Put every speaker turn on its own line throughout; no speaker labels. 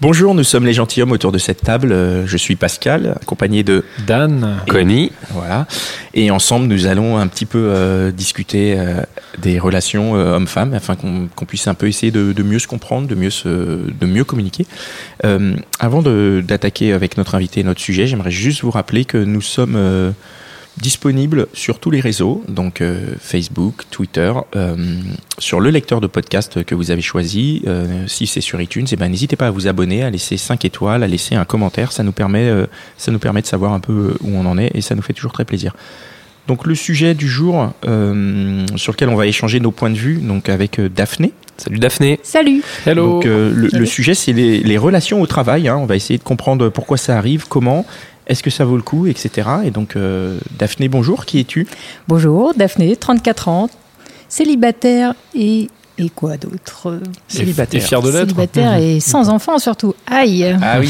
Bonjour, nous sommes les gentilshommes autour de cette table. Euh, Je suis Pascal, accompagné de
Dan,
Connie. Voilà. Et ensemble, nous allons un petit peu euh, discuter euh, des relations euh, hommes-femmes afin qu'on qu'on puisse un peu essayer de, de mieux se comprendre, de mieux, se, de mieux communiquer. Euh, avant de- d'attaquer avec notre invité notre sujet, j'aimerais juste vous rappeler que nous sommes euh, disponibles sur tous les réseaux, donc euh, Facebook, Twitter, euh, sur le lecteur de podcast que vous avez choisi. Euh, si c'est sur iTunes, eh ben, n'hésitez pas à vous abonner, à laisser 5 étoiles, à laisser un commentaire. Ça nous permet, euh, ça nous permet de savoir un peu euh, où on en est et ça nous fait toujours très plaisir. Donc le sujet du jour euh, sur lequel on va échanger nos points de vue, donc avec euh, Daphné.
Salut Daphné.
Salut
hello.
Donc, euh, le, le sujet, c'est les, les relations au travail. hein. On va essayer de comprendre pourquoi ça arrive, comment, est-ce que ça vaut le coup, etc. Et donc, euh, Daphné, bonjour, qui es-tu
Bonjour, Daphné, 34 ans, célibataire et, et quoi d'autre
Et
Célibataire.
fier de l'être.
Célibataire et sans enfant surtout. Aïe
Ah oui,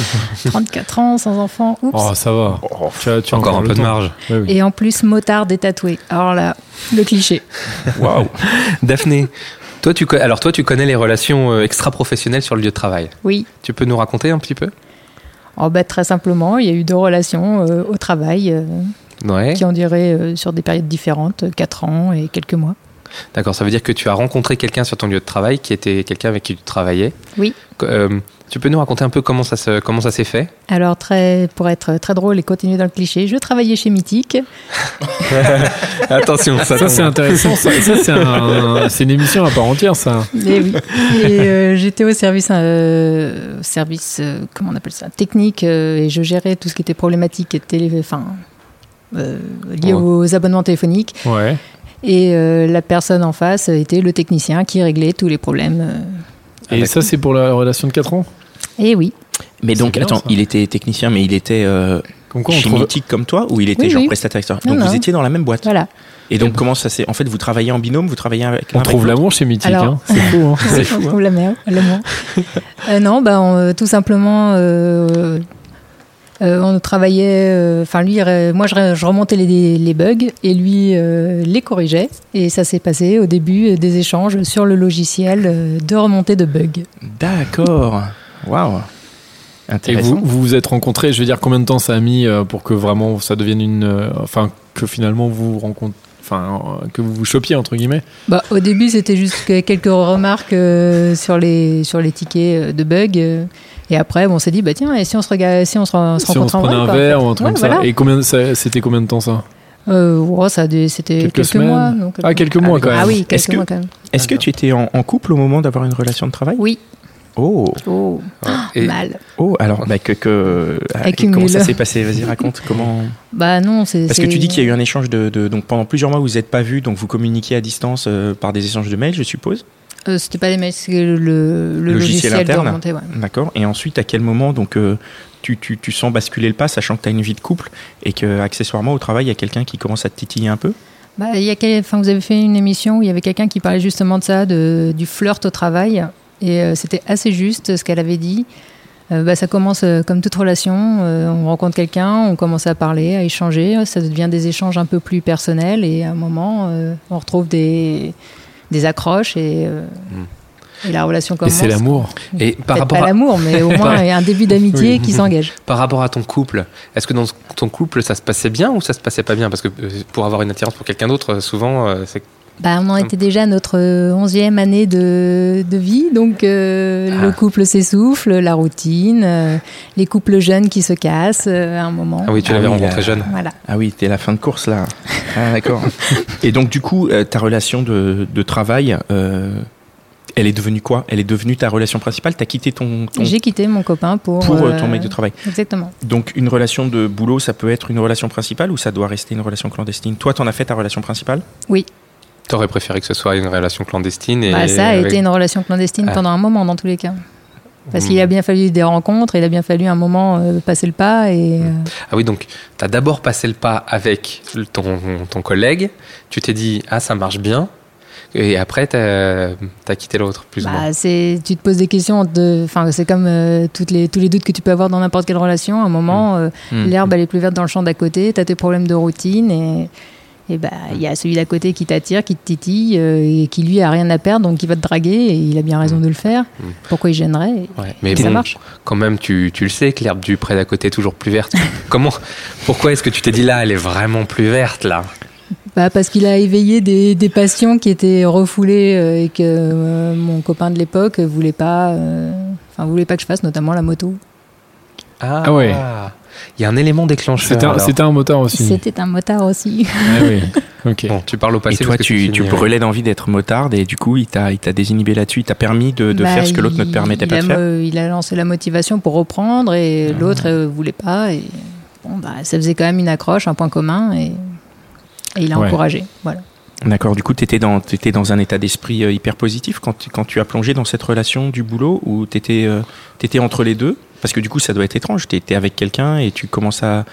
34 ans, sans enfant, oups
Oh, ça va. Tu as, tu as
Encore un
le
peu de
temps.
marge.
Ouais, oui.
Et en plus, motard détatoué. Alors là, le cliché.
waouh
Daphné, toi, tu, co- alors toi, tu connais les relations euh, extra-professionnelles sur le lieu de travail.
Oui.
Tu peux nous raconter un petit peu
Oh, bah, très simplement, il y a eu deux relations euh, au travail euh,
Ouais.
qui ont duré euh, sur des périodes différentes, 4 ans et quelques mois.
D'accord, ça veut dire que tu as rencontré quelqu'un sur ton lieu de travail qui était quelqu'un avec qui tu travaillais.
Oui.
Co- euh, tu peux nous raconter un peu comment ça se- comment ça s'est fait
Alors, très, pour être très drôle et continuer dans le cliché, je travaillais chez Mythique.
Attention,
Ça, c'est intéressant. Ça, ça, c'est un- c'est une émission à part entière, ça.
Et oui. Et euh, j'étais au service, euh, au service, euh, comment on appelle ça, technique, euh, et je gérais tout ce qui était problématique et télé, enfin, euh, lié
Ouais.
aux abonnements téléphoniques.
Ouais.
Et euh, la personne en face était le technicien qui réglait tous les problèmes. euh.
Et ça, c'est pour la relation de 4 ans.
Et oui.
Mais donc,
C'est bien,
attends,
ça.
il était technicien, mais il était euh,
Comme quoi, on trouve.
chimique comme toi ou il était
Oui,
genre
oui.
prestataire extérieur
Non,
Donc, vous
non.
étiez dans la même boîte.
Voilà.
Et donc, comment ça s'est. En fait, vous travaillez en binôme, vous travaillez avec. l'un
On
avec
trouve
l'autre
l'amour chez Mythique.
Alors-
hein. C'est fou. hein.
On trouve la mer, l'amour. Euh, non, bah, on, euh, tout simplement, euh, euh, on travaillait. euh, Enfin, lui, il re- moi, je, re- je remontais les, les bugs et lui euh, les corrigeait. Et ça s'est passé au début euh, des échanges sur le logiciel euh, de remontée de bugs.
D'accord. Waouh.
Et
Intéressant.
vous, vous vous êtes rencontrés, je veux dire, combien de temps ça a mis euh, pour que vraiment ça devienne une. euh, Enfin, que finalement vous rencontrez. Enfin, euh, que vous vous chopiez, entre guillemets.
Bah, au début, c'était juste que quelques remarques euh, sur les sur les tickets euh, de bugs. euh, et après, bon, on s'est dit, bah tiens, et si on se regarde, si on se, re- se
si on
rencontre
se
en
prenait
vrai,
un
quoi, en
verre
fait.
ou un truc
Ouais,
comme ça.
voilà.
Et combien, ça- c'était combien de temps ça
Euh, ouais, ça a dû- c'était
Quelques
quelques,
semaines.
mois. donc-
Ah, quelques mois quand même.
Ah oui,
Est-ce
quelques
que-
mois quand même.
Est-ce que tu étais en, en couple au moment d'avoir une relation de travail
Oui.
Oh.
Oh,
Et-
mal.
Oh, alors, bah, que, que-
Accumule.
comment ça s'est passé Vas-y, raconte comment.
Bah non, c'est.
Parce que tu dis qu'il y a eu un échange de, de- donc pendant plusieurs mois vous n'êtes pas vus, donc vous communiquiez à distance euh, par des échanges de mails, je suppose.
eu. Euh, C'était pas les mails, c'est le, le
Logiciel
logiciel,
interne.
de remontée. ouais.
D'accord. Et ensuite, à quel moment donc euh, tu, tu, tu sens basculer le pas, sachant que tu as une vie de couple et que accessoirement au travail il y a quelqu'un qui commence à te titiller un peu.
Bah, il y a quel- enfin, vous avez fait une émission où il y avait quelqu'un qui parlait justement de ça, de, du flirt au travail. Et euh, c'était assez juste euh, ce qu'elle avait dit. Euh, bah, ça commence euh, comme toute relation. euh, on rencontre quelqu'un, on commence à parler, à échanger. euh, Ça devient des échanges un peu plus personnels. Et à un moment, euh, on retrouve des, des accroches et, euh, et la relation
Et
commence.
c'est l'amour.
Et par
Peut-être
rapport,
pas
à,
l'amour, mais au moins un début d'amitié qui s'engage.
par rapport à ton couple, est-ce que dans ton couple ça se passait bien ou ça se passait pas bien Parce que euh, pour avoir une attirance pour quelqu'un d'autre, euh, souvent euh, c'est
Bah, on en était déjà à notre euh, onzième année de, de vie, donc euh,
Ah.
le couple s'essouffle, la routine, euh, les couples jeunes qui se cassent euh, à un moment.
ah oui, tu
Ah
l'avais
oui,
rencontré
là.
jeune.
Voilà.
Ah oui, t'es à la fin de course là. Ah, d'accord. et donc du coup, euh, ta relation de, de travail, euh, elle est devenue quoi Elle est devenue ta relation principale. T'as quitté ton, ton
J'ai quitté mon copain pour,
pour euh,
euh,
ton mec de travail.
Exactement.
Donc une relation de boulot, ça peut être une relation principale ou ça doit rester une relation clandestine Toi, t'en as fait ta relation principale
T'aurais préféré que ce soit une relation clandestine et
Bah, ça a
avec-
été une relation clandestine
Ah.
pendant un moment, dans tous les cas. Parce
Hmm.
qu'il a bien fallu des rencontres, il a bien fallu un moment euh, passer le pas. Et, euh,
Ah oui, donc t'as d'abord passé le pas avec le- ton, ton collègue, tu t'es dit ah ça marche bien, et après t'as t'as quitté l'autre plus ou moins.
bah, c'est, tu te poses des questions. De, enfin, c'est comme euh, toutes les, tous les doutes que tu peux avoir dans n'importe quelle relation. À un moment, euh,
Hmm.
l'herbe, elle est plus verte dans le champ d'à côté, tu as tes problèmes de routine. Et et bah, il y a celui d'à côté qui t'attire, qui te titille, euh, et qui lui a rien à perdre, donc il va te draguer, et il a bien raison de le faire.
Hmm.
Pourquoi il gênerait Et-
Ouais, mais
et ça
bon,
marche.
quand même, tu, tu le sais que l'herbe du pré d'à côté est toujours plus verte. Comment, pourquoi est-ce que tu t'es dit là, elle est vraiment plus verte là
Bah, parce qu'il a éveillé des, des passions qui étaient refoulées euh, et que euh, mon copain de l'époque voulait pas, euh, enfin voulait pas que je fasse, notamment la moto.
Ah ouais.
Il y a un élément déclencheur.
C'était un,
alors.
c'était un moteur aussi.
C'était un motard aussi.
Ah oui. Ok.
Bon, tu parles au
Et
passé.
toi,
parce que
tu, tu
finis, ouais.
brûlais d'envie d'être motarde et du coup, il t'a il t'a désinhibé là-dessus, il t'a permis de, de
Bah,
faire ce que l'autre ne te
il-
permettait
il
pas
a
de faire. Ah.
me- il a lancé la motivation pour reprendre et l'autre euh, voulait pas. Et bon, bah, ça faisait quand même une accroche, un point commun et, et il a
Ouais.
encouragé. Voilà.
D'accord, du coup, t'étais dans, t'étais dans un état d'esprit euh, hyper positif quand, tu- quand tu as plongé dans cette relation du boulot ou t'étais euh, t'étais entre les deux Parce que du coup, ça doit être étrange. T'es t'es avec quelqu'un et tu commences à,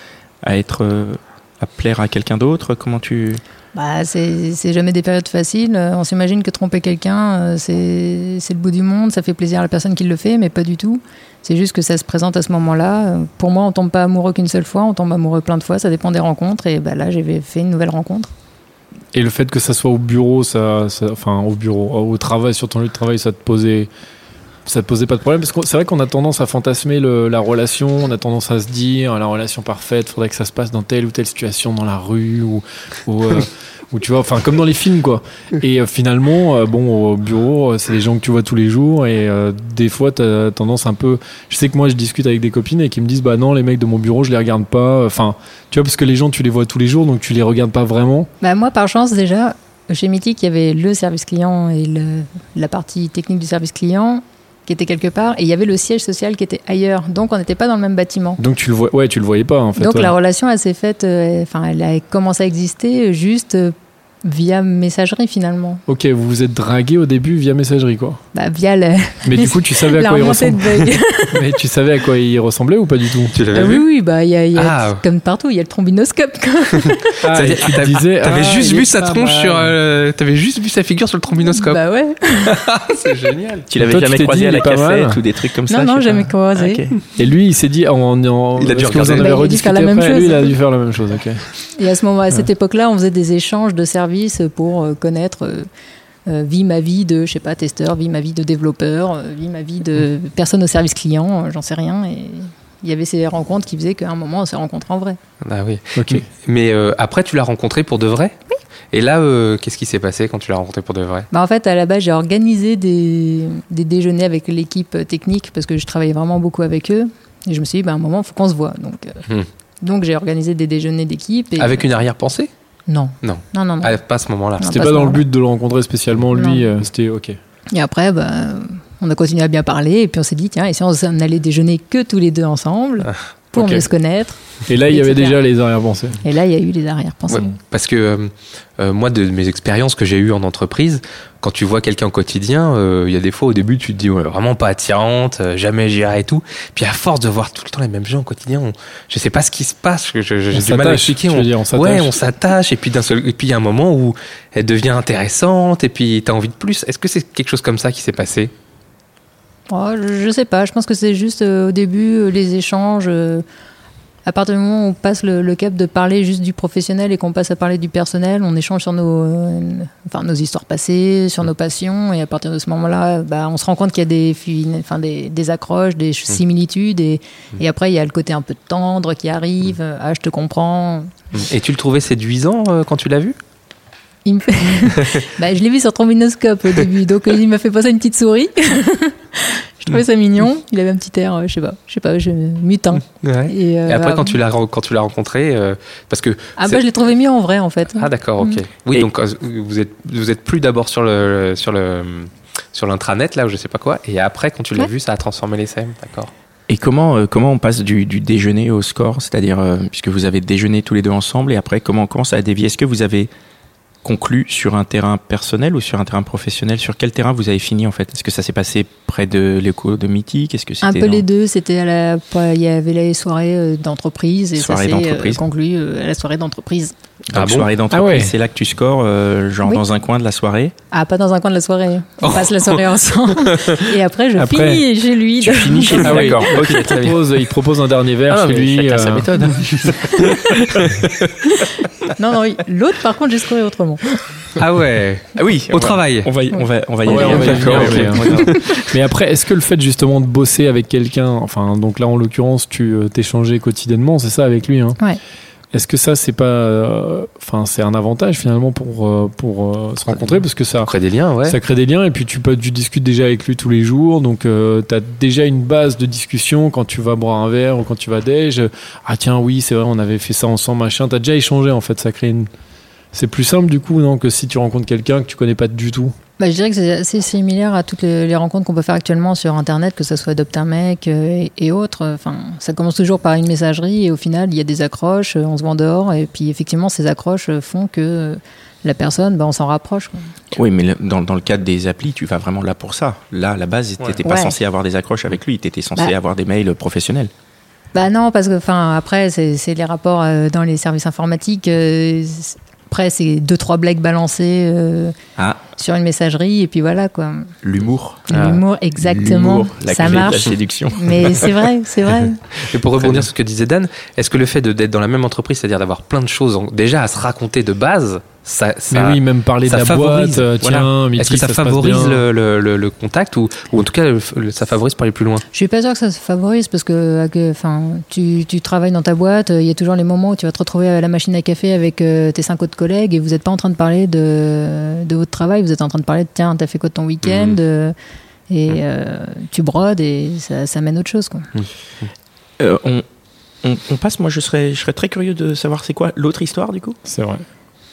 à être. euh, à plaire à quelqu'un d'autre Comment tu.
Bah, c'est c'est jamais des périodes faciles. Euh, On s'imagine que tromper quelqu'un, euh, c'est c'est le bout du monde, ça fait plaisir à la personne qui le fait, mais pas du tout. C'est juste que ça se présente à ce moment-là. Euh, Pour moi, on tombe pas amoureux qu'une seule fois, on tombe amoureux plein de fois, ça dépend des rencontres. Et bah, là, j'ai fait une nouvelle rencontre.
Et le fait que ça soit au bureau, ça, ça- enfin au bureau, euh, au travail, sur ton lieu de travail, ça te posait, ça te posait pas de problème parce que c'est vrai qu'on a tendance à fantasmer le- la relation, on a tendance à se dire la relation parfaite, faudrait que ça se passe dans telle ou telle situation dans la rue ou, ou, euh, ou tu vois, enfin comme dans les films quoi. Et euh, finalement, euh, bon au bureau, euh, c'est les gens que tu vois tous les jours et euh, des fois t'as tendance un peu. Je sais que moi je discute avec des copines et qui me disent bah non les mecs de mon bureau je les regarde pas, enfin tu vois parce que les gens tu les vois tous les jours donc tu les regardes pas vraiment.
Bah, moi, par chance, déjà, chez Mythique, il y avait le service client et le- la partie technique du service client qui était quelque part, et il y avait le siège social qui était ailleurs. Donc, on n'était pas dans le même bâtiment.
Donc tu le vois, ouais, tu le voyais pas en fait.
Donc
ouais.
la relation, elle s'est faite, euh, enfin, elle a commencé à exister juste euh, via messagerie finalement,
Ok, vous vous êtes dragué au début via messagerie quoi.
bah, via la,
Mais du coup, tu savais à
la
quoi il
remontée de
ressemblait.
bug.
Mais tu savais à quoi il ressemblait ou pas du tout
Tu l'avais
Ah oui,
vu
oui, bah, il y a, il y a-
Ah.
comme partout, il y a le trombinoscope. quoi.
Ah, et
C'est-à-dire,
tu
t'avais-
disais,
T'avais
ah,
juste
il
vu
est
sa
pas
tronche
mal.
sur, euh, t'avais juste vu sa figure sur le trombinoscope.
bah ouais.
c'est génial.
Tu
l'avais Toi, tu jamais t'es croisé dit, à il la est pas mal. cafette
ou des trucs comme
non, non, jamais
Ah,
croisé.
Et lui, il s'est dit, en, en-
Il a dû
est-ce que vous
regarder.
en avez
Bah, il a dû
rediscuté
faire la même
après
chose.
Lui, il a dû faire la même chose. Ok.
Et à ce moment, à cette époque-là, on faisait des échanges de services pour euh, connaître. euh, euh, vie ma vie de, je sais pas, testeur, vie ma vie de développeur, euh, vie ma vie de
Mm.
personne au service client, euh, j'en sais rien. Et il y avait ces rencontres qui faisaient qu'à un moment, on se rencontre en vrai.
Ah oui.
Ok.
Mais, mais, euh, après, tu l'as rencontré pour de vrai Oui. Et là, euh, qu'est-ce qui s'est passé quand tu l'as rencontré pour de vrai
Bah en fait, à la base, j'ai organisé des, des déjeuners avec l'équipe euh, technique parce que je travaillais vraiment beaucoup avec eux. Et je me suis dit, bah, à un moment, il faut qu'on se voit. Donc, euh,
Hmm.
donc j'ai organisé des déjeuners d'équipe. Et...
Avec une arrière-pensée
Non.
Non.
Non, non, non.
Ah, Pas à ce moment-là.
Non.
C'était
pas
pas dans le
seulement.
but de le rencontrer spécialement, lui. euh, C'était ok.
Et après, bah, on a continué à bien parler. Et puis on s'est dit, tiens, et si on s'en allait déjeuner que tous les deux ensemble pour
ok.
mieux se connaître
Et là, il y avait
Etc.
déjà les arrière-pensées.
Et là, il y a eu les arrière-pensées.
Ouais, parce que euh, euh, moi, de mes expériences que j'ai eues en entreprise, quand tu vois quelqu'un au quotidien, euh, il y a des fois au début, tu te dis ouais, vraiment pas attirante, euh, jamais j'irai et tout. Puis à force de voir tout le temps les mêmes gens au quotidien, on- je sais pas ce qui se passe, je- je- j'ai
On
du mal à
s'attache,
expliquer.
tu
on-
veux dire, on s'attache.
ouais, on s'attache et puis d'un seul, et puis il y a un moment où elle devient intéressante et puis t'as envie de plus. Est-ce que c'est quelque chose comme ça qui s'est passé
Oh, je je sais pas, je pense que c'est juste euh, au début euh, les échanges. euh, à partir du moment où on passe le, le cap de parler juste du professionnel et qu'on passe à parler du personnel, on échange sur nos, euh, enfin, nos histoires passées, sur nos passions. Et à partir de ce moment-là, bah, on se rend compte qu'il y a des, fui- enfin, des, des accroches, des ch- similitudes. Et, et après, il y a le côté un peu tendre qui arrive. euh, Ah, je te comprends.
Et tu le trouvais séduisant euh, quand tu l'as vu
Il me fait- Bah, je l'ai vu sur trombinoscope au début, donc euh, il m'a fait passer une petite souris. je trouvais ça mignon. Il avait un petit air, euh, je sais pas, je sais pas, je... mutin.
Ouais.
Et, euh,
Et après,
ah,
quand tu l'as quand tu l'as rencontré, euh, parce que
ah
c'est-
bah je l'ai trouvé mieux en vrai en fait.
Ah
bah,
d'accord,
Mm.
ok. Oui,
Et-
donc euh, vous êtes vous êtes plus d'abord sur le sur le sur l'intranet là ou je sais pas quoi et après quand tu l'as
Ouais.
vu ça a transformé les SEM, d'accord.
Et comment, euh, comment on passe du, du déjeuner au score C'est-à-dire, euh, puisque vous avez déjeuné tous les deux ensemble, et après, comment on commence à dévier Est-ce que vous avez conclu sur un terrain personnel ou sur un terrain professionnel Sur quel terrain vous avez fini en fait Est-ce que ça s'est passé près de l'écho de Mythique Est-ce que
Un
c'était
peu
dans-
les deux, c'était à la, il y avait les soirées euh, d'entreprise et
Soirée
ça s'est euh,
d'entreprise.
conclu euh, à la soirée d'entreprise.
Donc,
Ah bon
soirée d'entreprise,
Ah ouais.
c'est là que tu scores, euh, genre
Oui.
dans un coin de la soirée.
Ah, pas dans un coin de la soirée.
Oh.
On passe la soirée ensemble. Et après, je
Après,
finis chez lui.
Tu finis chez lui.
Ah oui,
D'accord, ok,
il,
très bien.
propose, il propose un dernier verre
Ah non,
chez
mais
lui.
chacun sa
euh,
méthode.
Non, non, oui. L'autre, par contre, j'ai scoré autrement.
Ah ouais.
Ah oui,
Au travail.
On va y, on va, on va y
Ouais,
aller.
on va y
D'accord,
venir,
ok.
mais, euh, Mais après, est-ce que le fait justement de bosser avec quelqu'un, enfin, donc là en l'occurrence, tu euh, t'échangeais quotidiennement, c'est ça avec lui, hein
Ouais.
Est-ce que ça, c'est pas, euh, enfin, c'est un avantage finalement pour euh, pour euh, se rencontrer parce que ça
Après des liens, ouais.
ça crée des liens et puis tu peux tu discutes déjà avec lui tous les jours donc euh, t'as déjà une base de discussion quand tu vas boire un verre ou quand tu vas déj euh, ah tiens oui c'est vrai on avait fait ça ensemble machin t'as déjà échangé en fait ça crée une c'est plus simple du coup non que si tu rencontres quelqu'un que tu connais pas du tout
Bah, je dirais que c'est assez similaire à toutes les, les rencontres qu'on peut faire actuellement sur Internet, que ce soit Adopt un mec euh, et, et autres. Enfin, ça commence toujours par une messagerie et au final, il y a des accroches, euh, on se voit en dehors. Et puis, effectivement, ces accroches euh, font que euh, la personne, bah, on s'en rapproche. quoi.
Oui, mais le- dans, dans le cadre des applis, tu vas vraiment là pour ça. Là, à la base, tu t'étais pas
Ouais.
censé avoir des accroches avec lui, t'étais censé
Bah.
avoir des mails professionnels.
Bah non, parce que enfin après c'est c'est les rapports euh, dans les services informatiques. euh, c'est- après c'est deux trois blagues balancées euh,
Ah,
sur une messagerie et puis voilà quoi.
l'humour.
Ah.
L'humour exactement,
Ah, L'humour, la
ça
clé de La
marche.
séduction.
Mais c'est vrai, c'est vrai.
Et pour
bien.
rebondir sur ce que disait Dan, est-ce que le fait de- d'être dans la même entreprise, c'est-à-dire d'avoir plein de choses en- déjà à se raconter de base, ça, ça
mais oui même parler de
ça
la
favorise,
boîte euh,
voilà.
tiens Mythic,
Est-ce que ça,
se passe
favorise
bien.
le, le- le- le contact ou, ou en tout cas le- le- ça favorise pour aller plus loin
Je suis pas sûr que ça se favorise parce que à que- enfin tu, tu travailles dans ta boîte, euh, il y a toujours les moments où tu vas te retrouver à la machine à café avec euh, tes cinq autres collègues et vous n'êtes pas en train de parler de, de votre travail, vous êtes en train de parler de tiens t'as fait quoi de ton week-end
Mmh.
euh, et euh, tu brodes et ça, ça mène à autre chose quoi.
Mmh. Euh, on, on- on passe, moi je serais, je serais très curieux de savoir c'est quoi l'autre histoire du coup
c'est vrai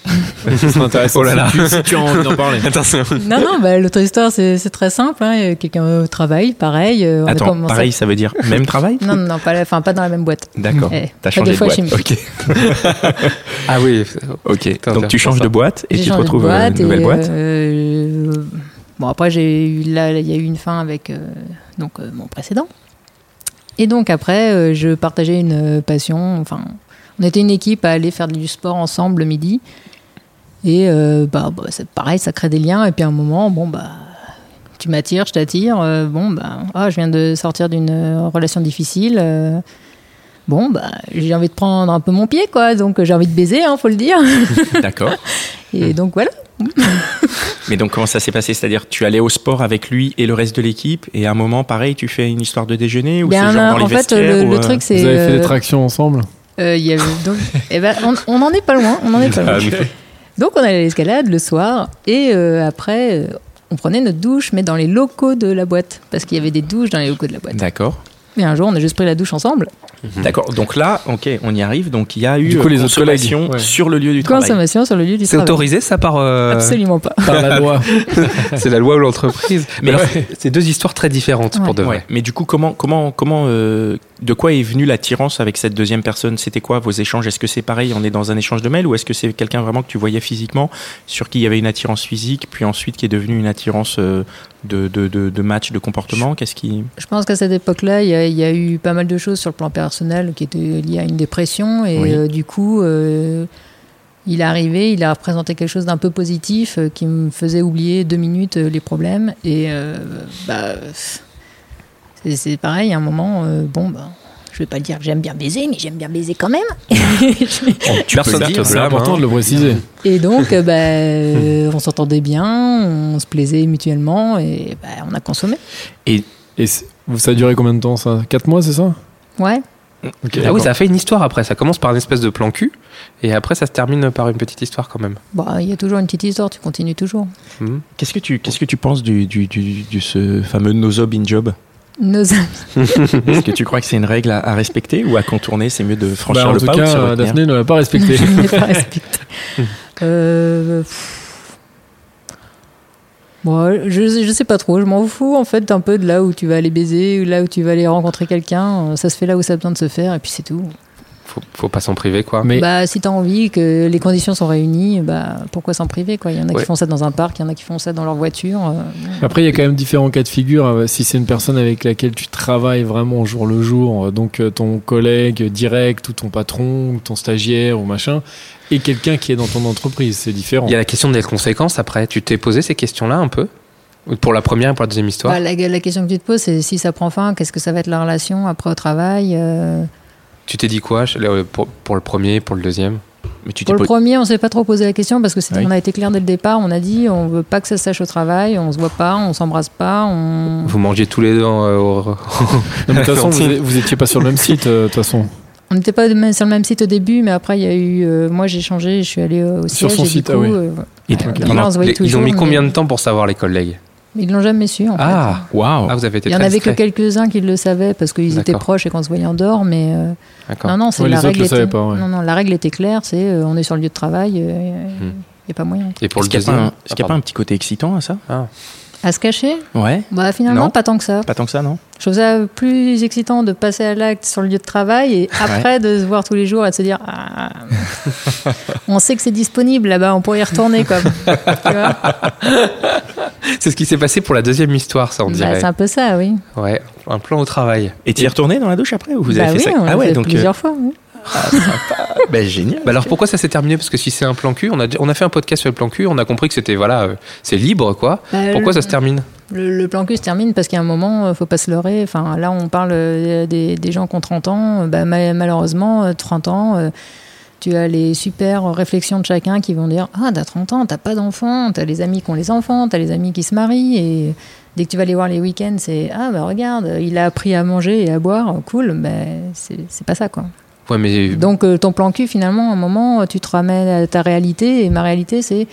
c'est intéressant
Oh là là.
si tu, si tu as envie d'en parler
Attention.
Non, non, bah, l'autre histoire, c'est c'est très simple. hein. Euh, Quelqu'un au travail, pareil. euh, on a
Attends,
commencé-
pareil, ça veut dire même travail
Non, non, non, pas, la- enfin, pas dans la même boîte.
D'accord,
Eh,
t'as
pas
changé
des
de
fois
boîte.
chimique.
Ok,
Ah oui.
ok.
Putain,
Donc tu
c'est
changes
ça.
de boîte et tu
J'ai
te
changé de
retrouves à une
et,
nouvelle boîte.
euh, bon, après, j'ai eu, là, il y a eu une fin avec euh, donc, euh, mon précédent. Et donc, après, euh, je partageais une euh, passion. Enfin, on était une équipe à aller faire du sport ensemble le midi. Et euh, bah, bah, c'est pareil, ça crée des liens. Et puis, à un moment, bon, bah. Tu m'attires, je t'attire. euh, bon, bah, ah, je viens de sortir d'une euh, relation difficile. euh, bon, bah, j'ai envie de prendre un peu mon pied, quoi. Donc, euh, j'ai envie de baiser, hein, faut le dire.
D'accord. Hmm.
Et donc, voilà.
Mais donc comment ça s'est passé C'est-à-dire tu allais au sport avec lui et le reste de l'équipe et à un moment pareil tu fais une histoire de déjeuner ou c'est
Ben,
genre dans les
en fait,
vestiaires
le,
ou,
le
euh,
truc, c'est.
vous avez fait
euh,
des tractions ensemble
euh, il y avait donc, eh ben, on, on en est pas loin. On en est pas loin.
Ah, mais-
Donc, on allait à l'escalade le soir et euh, après, euh, on prenait notre douche, mais dans les locaux de la boîte. Parce qu'il y avait des douches dans les locaux de la boîte.
D'accord.
Et un jour, on a juste pris la douche ensemble.
D'accord. Donc là, ok, on y arrive. Donc il y a eu
Du coup,
euh,
les autres
consommation
collègues, ouais.
sur le lieu du travail.
Consommation sur le lieu du
C'est
travail.
autorisé ça par. euh,
Absolument pas.
par la loi
C'est la loi ou l'entreprise. Mais
Ouais.
alors, c'est- c'est deux histoires très différentes
Ouais.
pour de vrai.
Ouais. Mais du coup, comment, comment, comment, euh, de quoi est venue l'attirance avec cette deuxième personne C'était quoi vos échanges Est-ce que c'est pareil On est dans un échange de mails ou est-ce que c'est quelqu'un vraiment que tu voyais physiquement, sur qui il y avait une attirance physique, puis ensuite qui est devenue une attirance euh, de, de, de, de match, de comportement Qu'est-ce qui
Je pense qu'à cette époque-là, il y, a- il y a eu pas mal de choses sur le plan personnel qui étaient liées à une dépression. Et
Oui.
euh, du coup, euh, il est arrivé, il a représenté quelque chose d'un peu positif euh, qui me faisait oublier deux minutes euh, les problèmes. Et euh, bah, pff, c'est- c'est pareil, à un moment, euh, bon, bah, je vais pas dire que j'aime bien baiser, mais j'aime bien baiser quand même.
tu
personne dire,
c'est important de le préciser
Et donc, euh, bah, euh, on s'entendait bien, on se plaisait mutuellement et bah, on a consommé.
et c'est- ça a duré combien de temps ça 4 mois c'est ça
Ouais.
Ok,
Ah oui,
d'accord. Bah,
ça a fait une histoire après. Ça commence par une espèce de plan cul et après ça se termine par une petite histoire quand même.
Bon, bah, il y a toujours une petite histoire, tu continues toujours.
Hmm.
Qu'est-ce que tu, qu'est-ce que tu penses du, du, du, du- ce fameux nozo in job
Nos
Est-ce que tu crois que c'est une règle à, à respecter ou à contourner C'est mieux de franchir
Bah, en
le
tout
pas ou de
cas
se
euh,
retenir
Daphné ne l'a pas respecté
je n'ai pas respecté. Euh, pff. Bon, je, je sais pas trop, je m'en fous en fait un peu de là où tu vas aller baiser, ou là où tu vas aller rencontrer quelqu'un. Euh, Ça se fait là où ça a besoin de se faire, et puis c'est tout.
faut, faut pas s'en priver, quoi.
Mais-
Bah, si tu as envie que les conditions sont réunies, bah, pourquoi s'en priver quoi Il y en a
Ouais.
qui font ça dans un parc, il y en a qui font ça dans leur voiture. euh,
Après, il y a quand même différents cas de figure. Euh, Si c'est une personne avec laquelle tu travailles vraiment au jour le jour, euh, donc euh, ton collègue direct ou ton patron ou ton stagiaire ou machin, et quelqu'un qui est dans ton entreprise, c'est différent.
Il y a la question des conséquences après. Tu t'es posé ces questions-là un peu Pour la première et pour la deuxième histoire
bah, la, la question que tu te poses, c'est si ça prend fin, qu'est-ce que ça va être la relation après au travail euh,
Tu t'es dit quoi je- le- pour, pour le premier, pour le deuxième
Mais tu t'es
Pour le
pas-
premier, on s'est pas trop posé la question parce que c'était-
Oui.
on a été clair dès le départ. On a dit, on veut pas que ça se sache au travail, on se voit pas, on s'embrasse pas, on.
Vous mangez tous les deux euh, au-
Non, mais de toute façon, vous,
Valentine.
é- vous étiez pas sur le même site, euh, de toute façon.
On n'était pas de- sur le même site au début, mais après il y a eu. euh, moi j'ai changé, je suis allée euh, au
Sur
siège.
son
et du
site,
coup,
ah oui.
euh,
Et-
ouais,
Ils
on
ont-
se voyait tous les
ils ont mis
jours,
combien
mais
de temps pour savoir les collègues
Ils l'ont jamais su. En fait.
Ah
Waouh
Ah, vous avez été
Il y en
très
avait que
discret.
quelques-uns qui le savaient parce qu'ils étaient
D'accord.
proches et qu'on se voyait en dehors, mais euh,
D'accord.
non, non, c'est
Ouais,
la
les autres
règle.
le savaient
était-
pas, ouais.
Non, non, la règle était claire, c'est euh, on est sur le lieu de travail, euh, il
Hmm.
n'y a pas moyen.
Et pour
Est-ce
le
qu'il n'y a,
deuxième
pas un- est-ce qu'il y a pas un petit côté excitant à ça
À se cacher
Ouais.
Bah finalement
Non.
pas tant que ça.
Pas tant que ça, non
Je trouve ça plus excitant de passer à l'acte sur le lieu de travail et après de se voir tous les jours et de se dire Ah, on sait que c'est disponible là-bas, on pourrait y retourner quoi. Tu vois
C'est ce qui s'est passé pour la deuxième histoire, ça on
Bah,
dirait.
c'est un peu ça, oui.
Ouais, un plan au travail.
Et t'y es retourné dans la douche après ou vous
Bah
avez
oui,
fait ça
on l'a
Ah ouais,
fait
donc.
plusieurs fois. oui.
euh, bah, génial.
Bah alors pourquoi ça s'est terminé Parce que si c'est un plan cul, on a, on a fait un podcast sur le plan cul, on a compris que c'était voilà, euh, c'est libre quoi.
Bah,
Pourquoi
le-
ça se termine
Le, le plan cul se termine parce qu'à un moment, euh, faut pas se leurrer. Enfin, là, on parle euh, des, des gens qui ont 30 ans. Euh, Bah, ma- malheureusement, euh, 30 ans, euh, tu as les super réflexions de chacun qui vont dire Ah, t'as 30 ans, t'as pas d'enfants, t'as les amis qui ont les enfants, t'as les amis qui se marient. Et dès que tu vas les voir les week-ends, c'est Ah, bah regarde, il a appris à manger et à boire, cool, mais c'est c'est pas ça, quoi.
Ouais, mais
Donc euh, ton plan cul, finalement, à un moment, euh, tu te ramènes à ta réalité. Et ma réalité, c'est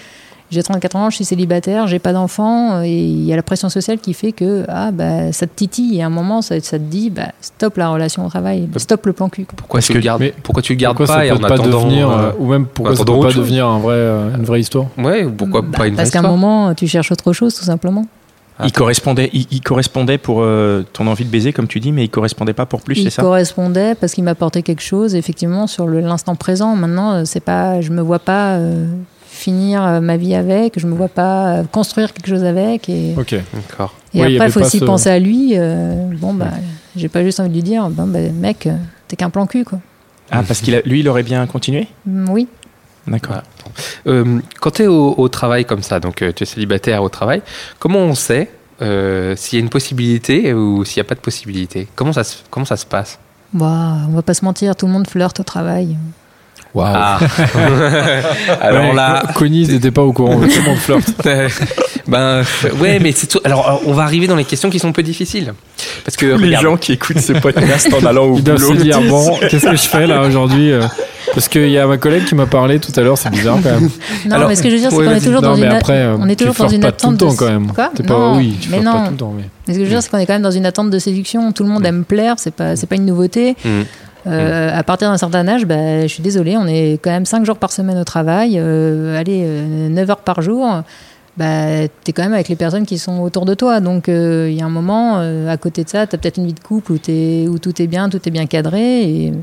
j'ai 34 ans, je suis célibataire, j'ai pas d'enfant. euh, Et il y a la pression sociale qui fait que ah, bah, ça te titille. Et à un moment, ça, ça te dit bah, stop la relation au travail, stop le plan cul. quoi.
pourquoi
Parce
tu le
que-
gardes
mais-
Pourquoi tu le gardes
pourquoi
pas et
ça
en
peut pas
attendant
devenir,
euh,
euh, ou même pourquoi ça peut
attendant autre
pas
chose.
devenir un vrai, euh, une vraie histoire
Ouais, ou pourquoi
Bah,
pas une vraie
Parce qu'à un
histoire
moment, euh, tu cherches autre chose, tout simplement.
Il correspondait, il, il correspondait pour euh, ton envie de baiser, comme tu dis, mais il correspondait pas pour plus, c'est
il
ça
correspondait parce qu'il m'apportait quelque chose, effectivement, sur le- l'instant présent. Maintenant, euh, c'est pas, je me vois pas euh, finir euh, ma vie avec, je me vois pas euh, construire quelque chose avec. Et...
Ok.
D'accord.
Et
Ouais, il y
après,
avait
il faut
pas
aussi
ce-
penser à lui. euh, bon, bah, j'ai pas juste envie de lui dire, bon, bah, mec, euh, t'es qu'un plan cul, quoi.
Ah, parce qu'il a, lui, il aurait bien continué
Mm, Oui.
D'accord.
Voilà. Euh, quand tu es au, au travail comme ça, donc euh, tu es célibataire au travail, comment on sait euh, s'il y a une possibilité ou s'il n'y a pas de possibilité comment ça, se, comment ça se passe
Bah, on va pas se mentir, tout le monde flirte au travail.
Ah. Alors
Ouais,
là,
Connie n'était pas au courant. Tout le monde flirte.
euh, ben euh, ouais, mais c'est tout. Alors alors, on va arriver dans les questions qui sont un peu difficiles parce que regarde,
qui écoutent ce podcast en allant au
Ils doivent se dire bon, qu'est-ce que je fais là aujourd'hui euh, Parce qu'il y a ma collègue qui m'a parlé tout à l'heure, c'est bizarre quand même.
Non,
Alors,
mais ce que je veux dire, c'est
ouais,
qu'on est
vas-y.
toujours
non,
dans
mais
une, a-
après, euh,
on est toujours
tu
dans
flirtes
une
pas
attente
tout le temps
de-
quand même.
Quoi
T'es pas
non,
oui, tu
mais
flirtes
non.
pas tout le temps. Mais...
Mais ce que je veux dire, c'est qu'on est quand même dans une attente de séduction. Tout le monde aime plaire, c'est pas, c'est pas une nouveauté.
Mm.
Euh, À partir d'un certain âge, bah, je suis désolée, on est quand même 5 jours par semaine au travail, euh, allez, 9 heures par jour. Bah, t'es quand même avec les personnes qui sont autour de toi. Donc, euh, il y a un moment, euh, à côté de ça, t'as peut-être une vie de couple où, t'es- où tout est bien, tout est bien cadré. Et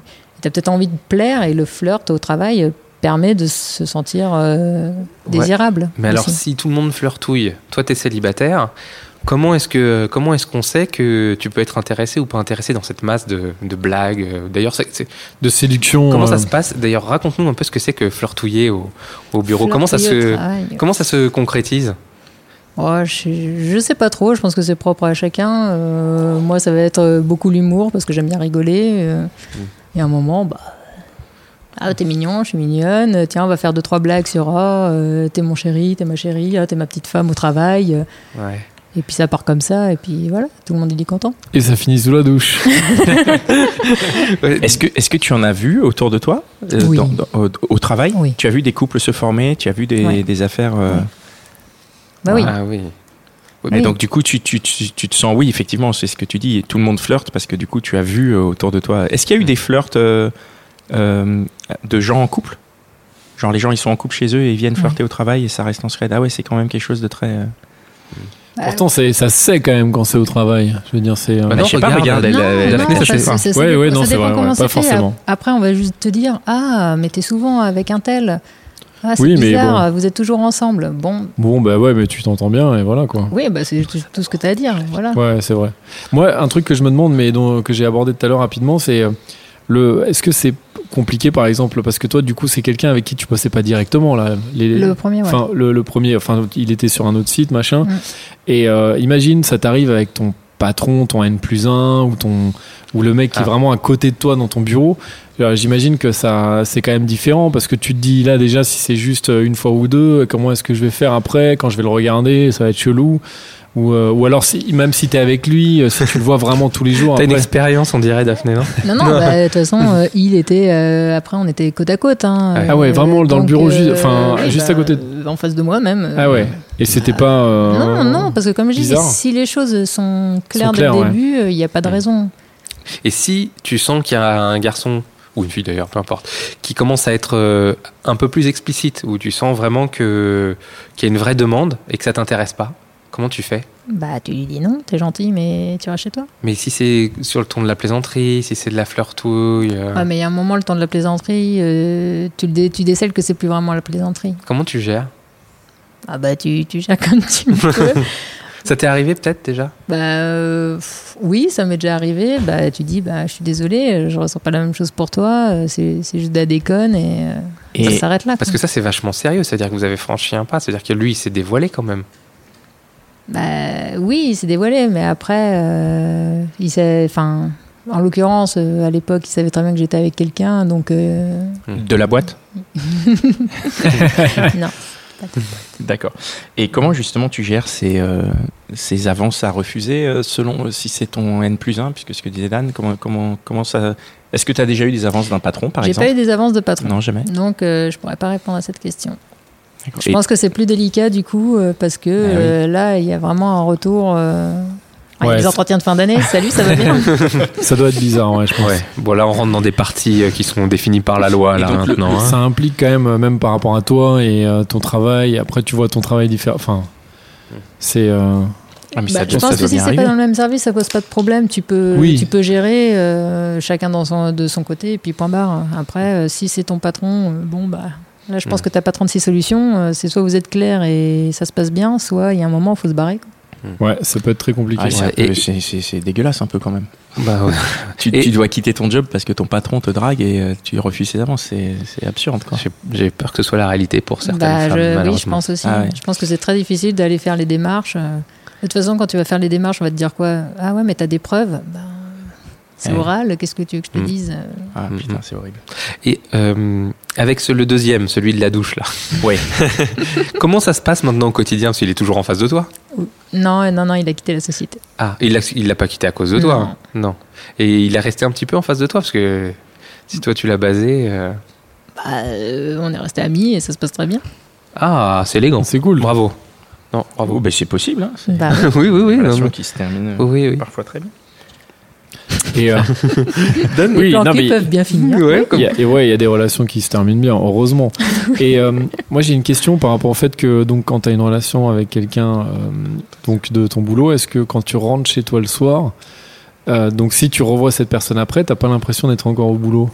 t'as peut-être envie de plaire. Et le flirt au travail euh, permet de se sentir euh,
Ouais.
désirable.
mais alors
aussi.
si tout le monde flirtouille, toi t'es célibataire, comment est-ce que comment est-ce qu'on sait que tu peux être intéressé ou pas intéressé dans cette masse de, de blagues euh, D'ailleurs, c'est- c'est-
De séduction.
comment
euh,
ça se passe D'ailleurs, raconte-nous un peu ce que c'est que flirtouiller au, au bureau. comment ça
Flirter au
se
travail.
comment ça se concrétise
Oh, je, je sais pas trop, je pense que c'est propre à chacun. Euh, moi, ça va être beaucoup l'humour parce que j'aime bien rigoler. euh,
Mm.
Et à un moment, bah. Ah, t'es mignon, je suis mignonne. euh, Tiens, on va faire deux, trois blagues sur Ah, euh, t'es mon chéri, t'es ma chérie, ah, t'es ma petite femme au travail. euh,
Ouais.
Et puis ça part comme ça, et puis voilà, tout le monde il est content.
Et ça finit sous la douche.
Euh,
Est-ce que, est-ce que tu en as vu autour de toi euh,
Oui.
dans- dans- au, au travail
Oui.
Tu as vu des couples se former, tu as vu des,
Ouais.
des affaires. euh,
Ouais. Bah oui.
Ah oui.
Et
Oui.
donc, du coup, tu, tu, tu, tu te sens, oui, effectivement, c'est ce que tu dis, et tout le monde flirte parce que du coup, tu as vu euh, autour de toi. Est-ce qu'il y a eu des flirts euh, euh, de gens en couple Genre, les gens, ils sont en couple chez eux et ils viennent flirter au travail et ça reste en secret. Ah ouais, c'est quand même quelque chose de très. euh,
Pourtant, c'est- ça se sait quand même quand c'est au travail. Je veux dire, c'est. euh,
Bah
Bah,
non,
je sais pas,
regarde,
regarde, elle-
Non,
elle-
la
non,
fenêtre,
ça,
elle
ça,
fait
ça, ça
Ouais,
dépend-
ouais, non,
ça
c'est
dépend
vrai,
comment
ouais,
c'est
pas
fait.
forcément.
Après, on va juste te dire Ah, mais t'es souvent avec un tel. Ah, c'est
Oui, mais
bizarre, vous êtes toujours ensemble. Bon,
Bon, bah ouais, mais tu t'entends bien et voilà quoi.
oui, bah, c'est tout, tout ce que t'as à dire. Voilà.
Ouais, c'est vrai. Moi, un truc que je me demande, mais dont, que j'ai abordé tout à l'heure rapidement, c'est euh, le. Est-ce que c'est compliqué, par exemple, parce que toi, du coup, c'est quelqu'un avec qui tu passais pas directement là. Les,
Le premier, ouais.
Enfin, le, le premier, enfin, il était sur un autre site, machin.
Mm.
Et euh, imagine, ça t'arrive avec ton patron, ton N plus 1, ou, ton, ou le mec qui
Ah.
est vraiment à côté de toi dans ton bureau. Euh, J'imagine que ça, c'est quand même différent parce que tu te dis là déjà si c'est juste euh, une fois ou deux, comment est-ce que je vais faire après quand je vais le regarder, ça va être chelou. Ou, euh, ou alors si, même si t'es avec lui, euh, si tu le vois vraiment tous les jours.
T'as une
après-
expérience, on dirait, Daphné, non
Non, non, bah, de toute façon, euh, il était. euh, après, on était côte à côte. hein,
Ah ouais, vraiment, dans le
donc,
bureau, juste- enfin, juste à côté de-
euh, En face de moi, même.
Ah ouais. Et c'était pas. euh,
Bah, Non, non, parce que comme je dis,
bizarre.
si les choses sont claires
Sont
dès
claires,
le
ouais.
début, euh, il n'y a pas de raison.
Et si tu sens qu'il y a un garçon, ou une fille d'ailleurs, peu importe, qui commence à être euh, un peu plus explicite, où tu sens vraiment que- qu'il y a une vraie demande et que ça t'intéresse pas, comment tu fais
Bah, tu lui dis non, t'es gentil, mais tu vas chez toi.
Mais si c'est sur le ton de la plaisanterie, si c'est de la flirtouille, euh,
Ah, mais il y a un moment, le temps de la plaisanterie, euh, tu, le dé- tu décèles que c'est plus vraiment la plaisanterie.
comment tu gères
Ah, bah, tu, tu gères comme tu peux.
Ça t'est arrivé peut-être déjà
bah, euh, pff, oui, ça m'est déjà arrivé. Bah, tu dis, bah, je suis désolée, euh, je ressens pas la même chose pour toi, euh, c'est c'est juste de la déconne et, euh,
Et-
ça s'arrête là.
Parce
quoi.
que ça c'est vachement sérieux, c'est-à-dire que vous avez franchi un pas, c'est-à-dire que lui il s'est dévoilé quand même.
Bah, oui, c'est dévoilé, mais après, euh, il sait, enfin, en l'occurrence, euh, à l'époque, il savait très bien que j'étais avec quelqu'un, donc euh,
De la boîte
non.
D'accord. Et comment justement tu gères ces, euh, ces avances à refuser euh, selon euh, si c'est ton N plus 1, puisque ce que disait Dan, comment, comment, comment ça... Est-ce que tu as déjà eu des avances d'un patron par
J'ai
exemple
pas eu des avances de patron.
Non, jamais.
Donc, euh, je pourrais pas répondre à cette question.
D'accord.
Je
Et-
pense que c'est plus délicat du coup euh, parce que
Ah oui.
euh, là, il y a vraiment un retour. euh, ah, il y a
Ouais,
des
c'est-
entretiens de fin d'année. Salut, ça va bien
Ça doit être bizarre, ouais, je pense.
Bon là on rentre dans des parties euh, qui sont définies par la loi
Et
là
donc, le-
maintenant. hein.
Ça implique quand même, euh, même par rapport à toi et euh, ton travail. Après, tu vois ton travail différent. Enfin, c'est. euh,
Ah, mais
Bah,
ça
Je
doit- ça
pense que
doit
si
bien
c'est pas
arriver.
dans le même service, ça pose pas de problème. Tu peux,
Oui.
tu peux gérer euh, chacun dans son, de son côté et puis point barre. Après, euh, si c'est ton patron, euh, bon bah. Là, je pense
Mm.
que t'as pas 36 solutions. Euh, C'est soit vous êtes clair et ça se passe bien, soit il y a un moment, faut se barrer. quoi.
Ouais, ça peut être très compliqué.
Ah, c'est un
Ouais,
peu-
et-
c'est- c'est c'est dégueulasse un peu quand même.
Bah, ouais.
Ah, Tu,
Et-
tu dois quitter ton job parce que ton patron te drague et euh, tu refuses ses avances. C'est c'est absurde quoi.
J'ai- J'ai peur que ce soit la réalité pour certaines
Bah,
femmes
je-
malheureusement.
oui, je pense aussi.
Ah ouais.
Je pense que c'est très difficile d'aller faire les démarches. Euh, De toute façon, quand tu vas faire les démarches, on va te dire quoi Ah ouais, mais t'as des preuves Ben, C'est
Ouais.
oral, qu'est-ce que tu veux que je te
Mm.
dise
Ah
Mhm.
putain, c'est horrible.
Et euh, avec ce- le deuxième, celui de la douche là.
Ouais.
Comment ça se passe maintenant au quotidien Parce qu'il est toujours en face de toi.
Non, non, non, il a quitté la société.
Ah, il l'a- il l'a pas quitté à cause de toi. hein. Non. Et il est resté un petit peu en face de toi parce que si toi tu l'as basé. euh,
Bah, euh, on est resté amis et ça se passe très bien.
Ah, c'est élégant.
C'est cool.
Bravo. Non, bravo.
Oh, ben, c'est possible. Hein, c'est
Bah,
oui, oui, oui.
une
non,
relation
mais- Oh,
qui se termine euh,
Oui, oui.
parfois très bien.
Et, euh,
les
oui,
plans
non,
cul
mais-
peuvent bien finir.
Ouais,
Il
comme-
y a- et ouais, il y a des relations qui se terminent bien, heureusement. Et euh, moi, j'ai une question par rapport au fait que donc quand tu as une relation avec quelqu'un euh, donc de ton boulot, est-ce que quand tu rentres chez toi le soir, euh, donc si tu revois cette personne après, t'as pas l'impression d'être encore au boulot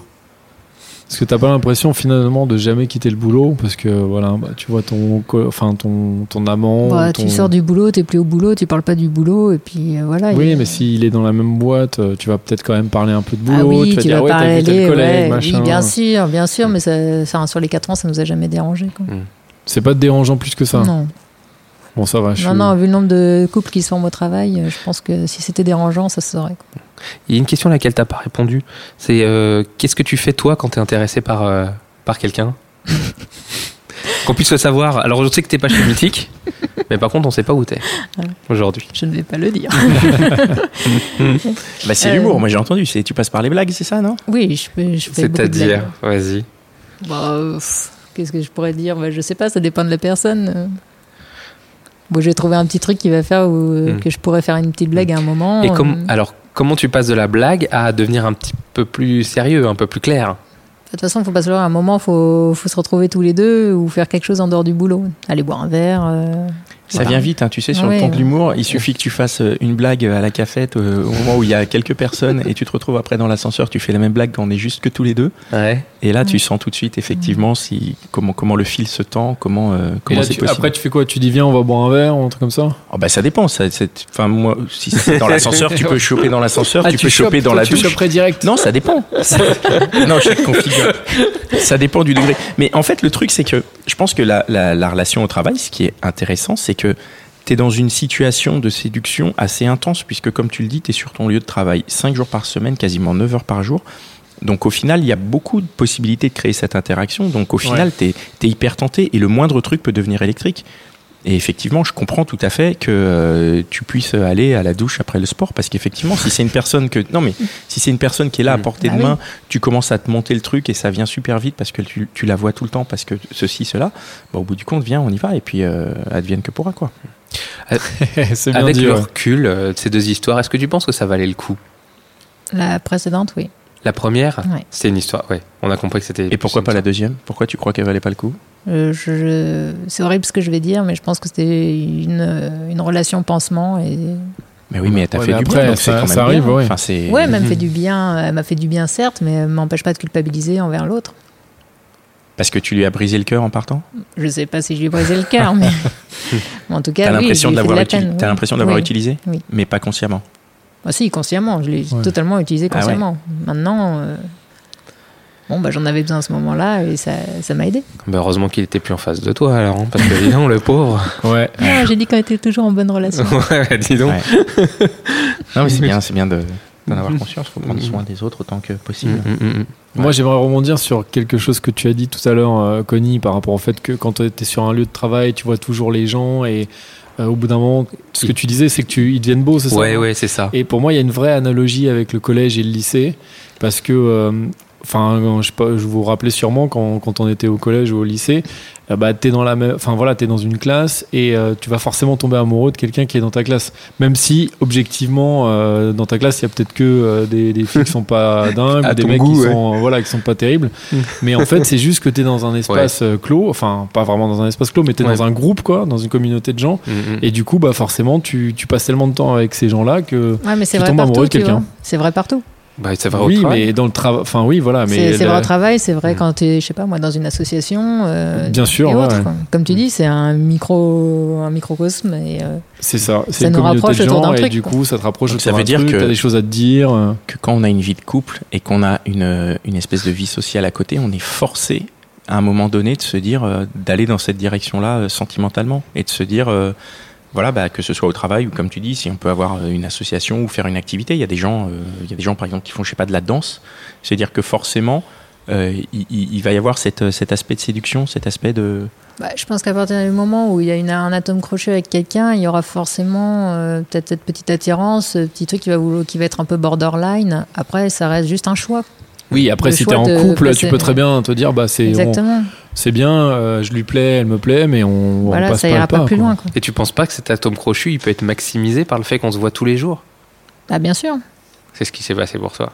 Est-ce que t'as pas l'impression finalement de jamais quitter le boulot parce que voilà, bah, tu vois ton co- enfin ton ton amant,
Bah,
ou ton-
Tu sors du boulot, t'es plus au boulot, tu parles pas du boulot et puis euh, voilà. il-
oui, mais s'il est dans la même boîte, euh, tu vas peut-être quand même parler un peu de boulot.
Ah oui,
tu vas
tu
dire,
vas
ouais, t'as
parler,
vu tel collègue,
ouais,
machin.
oui, bien sûr, bien sûr, mais ça, ça, sur les 4 ans, ça nous a jamais dérangé. quoi.
C'est pas dérangeant plus que ça.
Non.
Bon, ça va. ah, Je
Non,
suis-
non, vu le nombre de couples qui se forment au travail, euh, je pense que si c'était dérangeant, ça se saurait. quoi.
Il y a une question à laquelle t'as pas répondu. C'est euh, qu'est-ce que tu fais toi quand t'es intéressé par euh, par quelqu'un Qu'on puisse le savoir. Alors je sais que t'es pas chez Mythique, mais par contre on sait pas où t'es aujourd'hui.
Je ne vais pas le dire.
Bah, c'est
Euh,
l'humour. Moi j'ai entendu. C'est tu passes par les blagues, c'est ça, non
Oui, je, fais- je fais beaucoup de
C'est-à-dire,
blagues.
vas-y.
Bah, euh, pff, Qu'est-ce que je pourrais dire bah, Je sais pas, ça dépend de la personne. euh. Bon, je vais trouver un petit truc qui va faire où, euh,
Hmm.
Mm.
que je pourrais faire une petite blague à un moment.
Et
euh.
comme alors comment tu passes de la blague à devenir un petit peu plus sérieux, un peu plus clair
De toute façon, faut pas se leurrer. À un moment, faut, faut se retrouver tous les deux ou faire quelque chose en dehors du boulot. Aller boire un verre. euh.
Ça vient vite, hein, tu sais, sur
Ouais,
le ton de
ouais.
l'humour, il suffit que tu fasses euh, une blague à la cafette euh, au moment où il y a quelques personnes et tu te retrouves après dans l'ascenseur, tu fais la même blague quand on est juste que tous les deux.
Ouais.
Et là, tu sens tout de suite, effectivement, si, comment, comment le fil se tend, comment, euh,
Et
comment
là,
c'est
tu-
possible.
après, tu fais quoi Tu dis, viens, on va boire un verre ou un truc comme ça
Ah bah, ça dépend. Ça, c'est- enfin, moi, si c'est dans l'ascenseur, tu peux choper dans l'ascenseur,
Ah,
tu, peux
chopes,
choper dans
toi,
la
tu
douche.
choperais direct.
Non, ça dépend. non, je configure. Ça dépend du degré. Mais en fait, le truc, c'est que je pense que la, la- la relation au travail, ce qui est intéressant, c'est que tu es dans une situation de séduction assez intense, puisque comme tu le dis, tu es sur ton lieu de travail 5 jours par semaine, quasiment 9 heures par jour. Donc au final, il y a beaucoup de possibilités de créer cette interaction. Donc au final, tu es, hyper tenté et le moindre truc peut devenir électrique. Et effectivement, je comprends tout à fait que euh, tu puisses aller à la douche après le sport parce qu'effectivement, si c'est une personne que non mais si c'est une personne qui est là
Mm.
à portée
Ah
de
oui.
main, tu commences à te monter le truc et ça vient super vite parce que tu, tu la vois tout le temps parce que ceci cela. Bah, au bout du compte, viens, on y va et puis euh, advienne que pourra quoi.
c'est bien
Avec
dit.
le
ouais.
recul euh, de ces deux histoires, est-ce que tu penses que ça valait le coup
La précédente, oui.
La première,
Ouais.
c'est une histoire. Ouais, on a compris que c'était.
Et pourquoi pas la deuxième Pourquoi tu crois qu'elle valait pas le coup
Euh, je- je- c'est horrible ce que je vais dire, mais je pense que c'était une, euh, une relation pansement. Et...
Mais oui, mais t'as
Ouais,
fait
mais
du
après,
bien, donc
ça-
c'est quand même
ça arrive,
bien.
ouais.
Enfin, c'est-
Ouais, elle m'a fait du bien. Elle m'a fait du bien, certes, mais elle m'empêche pas de culpabiliser envers l'autre.
parce que tu lui as brisé le cœur en partant.
Je sais pas si je lui ai brisé le cœur, mais... mais en tout cas,
T'as
Ah oui,
l'impression
je
de
lui ai fait
l'avoir
la
utili-
peine,
t'as
oui.
l'impression d'avoir
Oui.
utilisé,
Oui.
mais pas consciemment.
Ah si, consciemment, je l'ai
Ouais.
totalement utilisé
Ah ouais.
consciemment. Maintenant, euh, bon, bah, j'en avais besoin à ce moment-là et ça ça m'a aidé.
Bah, heureusement qu'il était plus en face de toi alors, hein, parce que dis donc, le pauvre.
Ouais.
Non, J'ai dit qu'on était toujours en bonne relation.
ouais, dis donc.
Ouais. non, mais c'est bien, c'est bien de- d'en avoir conscience. Faut prendre soin des autres autant que possible.
Mm-hmm.
Mm, mm, mm.
Moi, j'aimerais rebondir sur quelque chose que tu as dit tout à l'heure, euh, Connie, par rapport au fait que quand tu es sur un lieu de travail, tu vois toujours les gens et euh, au bout d'un moment, ce que tu disais, c'est que tu ils deviennent beaux, c'est ça
Ouais, ouais, c'est ça.
Et pour moi, il y a une vraie analogie avec le collège et le lycée, parce que, euh, enfin, je, sais pas, je vous rappelais sûrement quand, quand on était au collège ou au lycée, euh, bah, t'es dans la, même- enfin voilà, t'es dans une classe et euh, tu vas forcément tomber amoureux de quelqu'un qui est dans ta classe, même si objectivement, euh, dans ta classe, il y a peut-être que euh, des, des filles qui sont pas dingues,
À
ou des
ton
mecs
goût,
qui
ouais.
sont, euh, voilà, qui sont pas terribles. mais en fait, c'est juste que t'es dans un espace euh, clos, enfin, pas vraiment dans un espace clos, mais t'es
Ouais.
dans un groupe, quoi, dans une communauté de gens.
Mm, mm.
Et du coup, bah forcément, tu, tu passes tellement de temps avec ces gens-là que
Ouais, mais c'est
Tu
vrai
tombes
partout.
amoureux de
tu
quelqu'un.
vois. C'est vrai partout.
Bah, ça va
oui,
au travail.
mais dans le travail. Enfin, oui, voilà. Ah, Mais euh,
C'est c'est
la-
vrai au travail, c'est vrai
Mm.
quand tu es, je sais pas moi, dans une association. euh,
Bien sûr,
et
ouais,
autres,
ouais. Mm.
quoi. Comme tu dis, c'est un, micro, un microcosme. Et, euh,
c'est ça. C'est
Ça
une
nous
communauté
rapproche
de
autour
gens
d'un
et
truc,
du
quoi.
coup, ça te rapproche
Donc,
autour d'un truc. T'as des choses à te dire. euh,
que quand on a une vie de couple et qu'on a une, une espèce de vie sociale à côté, on est forcé à un moment donné de se dire euh, d'aller dans cette direction-là euh, sentimentalement et de se dire euh, voilà bah, que ce soit au travail ou comme tu dis si on peut avoir euh, une association ou faire une activité il y a des gens euh, il y a des gens par exemple qui font je sais pas de la danse c'est dire que forcément euh, il, il- il va y avoir cette, euh, cet aspect de séduction cet aspect de
bah, je pense qu'à partir du moment où il y a une- un atome crochet avec quelqu'un, il y aura forcément euh, peut-être cette petite attirance, ce petit truc qui va, vouloir- qui va être un peu borderline. Après, ça reste juste un choix.
Oui, après,
Le
si
choix
t'es en
de
couple, tu
passer-
peux très bien te dire, bah c'est on-
Exactement.
c'est bien. euh, je lui plais, elle me plaît, mais on, on
voilà,
passe
ça
pas
ira
le pas,
pas, plus
quoi.
loin. Quoi.
Et tu penses pas que cet atome crochu, il peut être maximisé par le fait qu'on se voit tous les jours
Bah, bien sûr.
C'est ce qui s'est passé pour toi.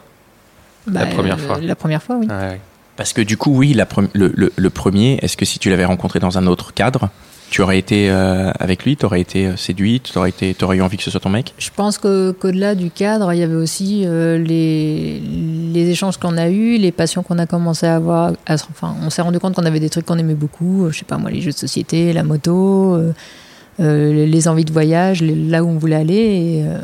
Bah,
première
euh,
fois.
La première fois, oui.
Ouais.
parce que du coup oui la pre- le, le- le premier est-ce que si tu l'avais rencontré dans un autre cadre tu aurais été euh, avec lui tu aurais été euh, séduite tu aurais été t'aurais eu envie que ce soit ton mec
Je pense que- qu'au-delà du cadre, il y avait aussi euh, les, les échanges qu'on a eus, les passions qu'on a commencé à avoir. à se- enfin, on s'est rendu compte qu'on avait des trucs qu'on aimait beaucoup. euh, Je sais pas moi, les jeux de société, la moto, euh, euh, les envies de voyage, les- là où on voulait aller. et, euh,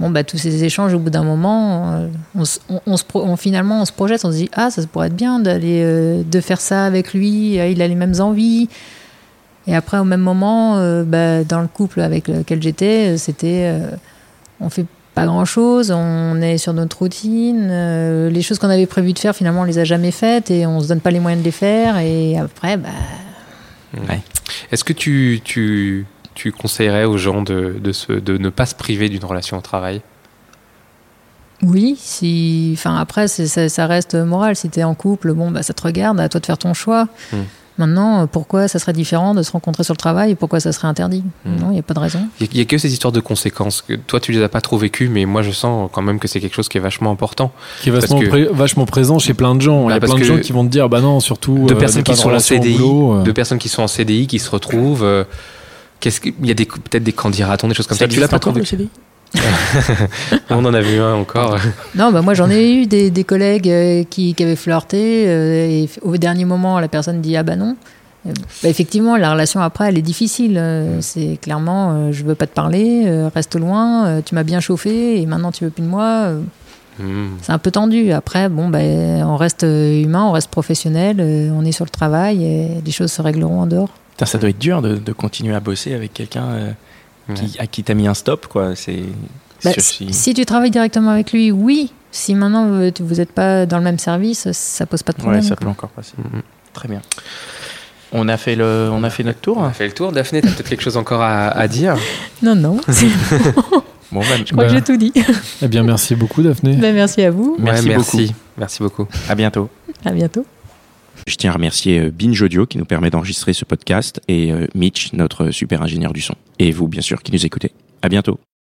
bon, bah, tous ces échanges, au bout d'un moment, euh, on, se- on- on se pro- on- finalement, on se projette, on se dit ah, ça pourrait être bien d'aller euh, de faire ça avec lui. euh, Il a les mêmes envies. Et après, au même moment, euh, bah, dans le couple avec lequel j'étais, euh, c'était. euh, on fait pas grand chose, on est sur notre routine. euh, les choses qu'on avait prévu de faire, finalement, on les a jamais faites et on se donne pas les moyens de les faire. Et après, bah,
Est-ce que tu, tu, tu conseillerais aux gens de, de, se, de ne pas se priver d'une relation au travail
oui, si. Enfin, après, c'est- ça, ça reste moral. Si t'es en couple, bon, bah, ça te regarde, à toi de faire ton choix.
Mm.
Maintenant, euh, pourquoi ça serait différent de se rencontrer sur le travail et pourquoi ça serait interdit
Mm.
Non, il n'y a pas de raison.
Il n'y a, que ces histoires de conséquences. que- toi, tu les as pas trop vécues, mais moi, je sens quand même que c'est quelque chose qui est vachement important.
Qui est vachement,
Parce que-
pré- vachement présent chez plein de gens. Il
Bah,
y a
parce
plein de
que
gens qui vont te dire, bah non, surtout
de
euh,
personnes
n'aie pas
qui sont en
relation au
CDI,
boulot, euh.
de personnes qui sont en CDI, qui se retrouvent. euh, Qu'est-ce qu'il y a des- peut-être des candidatons, des choses comme ça.
tu l'as pas trouvé
On en a vu un encore.
Non, bah moi j'en ai eu des, des collègues euh, qui, qui avaient flirté euh, et f- au dernier moment la personne dit ah bah non. Euh, bah, effectivement, la relation après elle est difficile.
Mm.
Euh, C'est clairement euh, je veux pas te parler, euh, reste loin, euh, tu m'as bien chauffé et maintenant tu veux plus de moi. Euh,
Hmm.
C'est un peu tendu. Après, bon, bah, on reste euh, humain, on reste professionnel, euh, on est sur le travail et les choses se régleront en dehors.
Putain, ça doit être dur de, de continuer à bosser avec quelqu'un euh, qui, à qui t'as mis un stop, quoi. C'est.
Bah,
sur-
si si tu travailles directement avec lui, oui. Si maintenant euh, tu- vous n'êtes pas dans le même service, ça pose pas de
Ouais,
problème.
ça peut encore passer.
Mhm.
Très bien. On a fait le, on a fait notre tour.
On a fait le tour. Daphné, t'as peut-être quelque chose encore à, à dire
Non, non, c'est- je
Bon, bah,
crois que
Bah.
j'ai tout dit.
Eh bien, merci beaucoup, Daphné.
Ben, merci à vous.
Merci
Ouais, merci. Merci beaucoup.
à bientôt.
À bientôt.
Je tiens à remercier euh, Binge Audio qui nous permet d'enregistrer ce podcast et euh, Mitch, notre super ingénieur du son. Et vous, bien sûr, qui nous écoutez. À bientôt.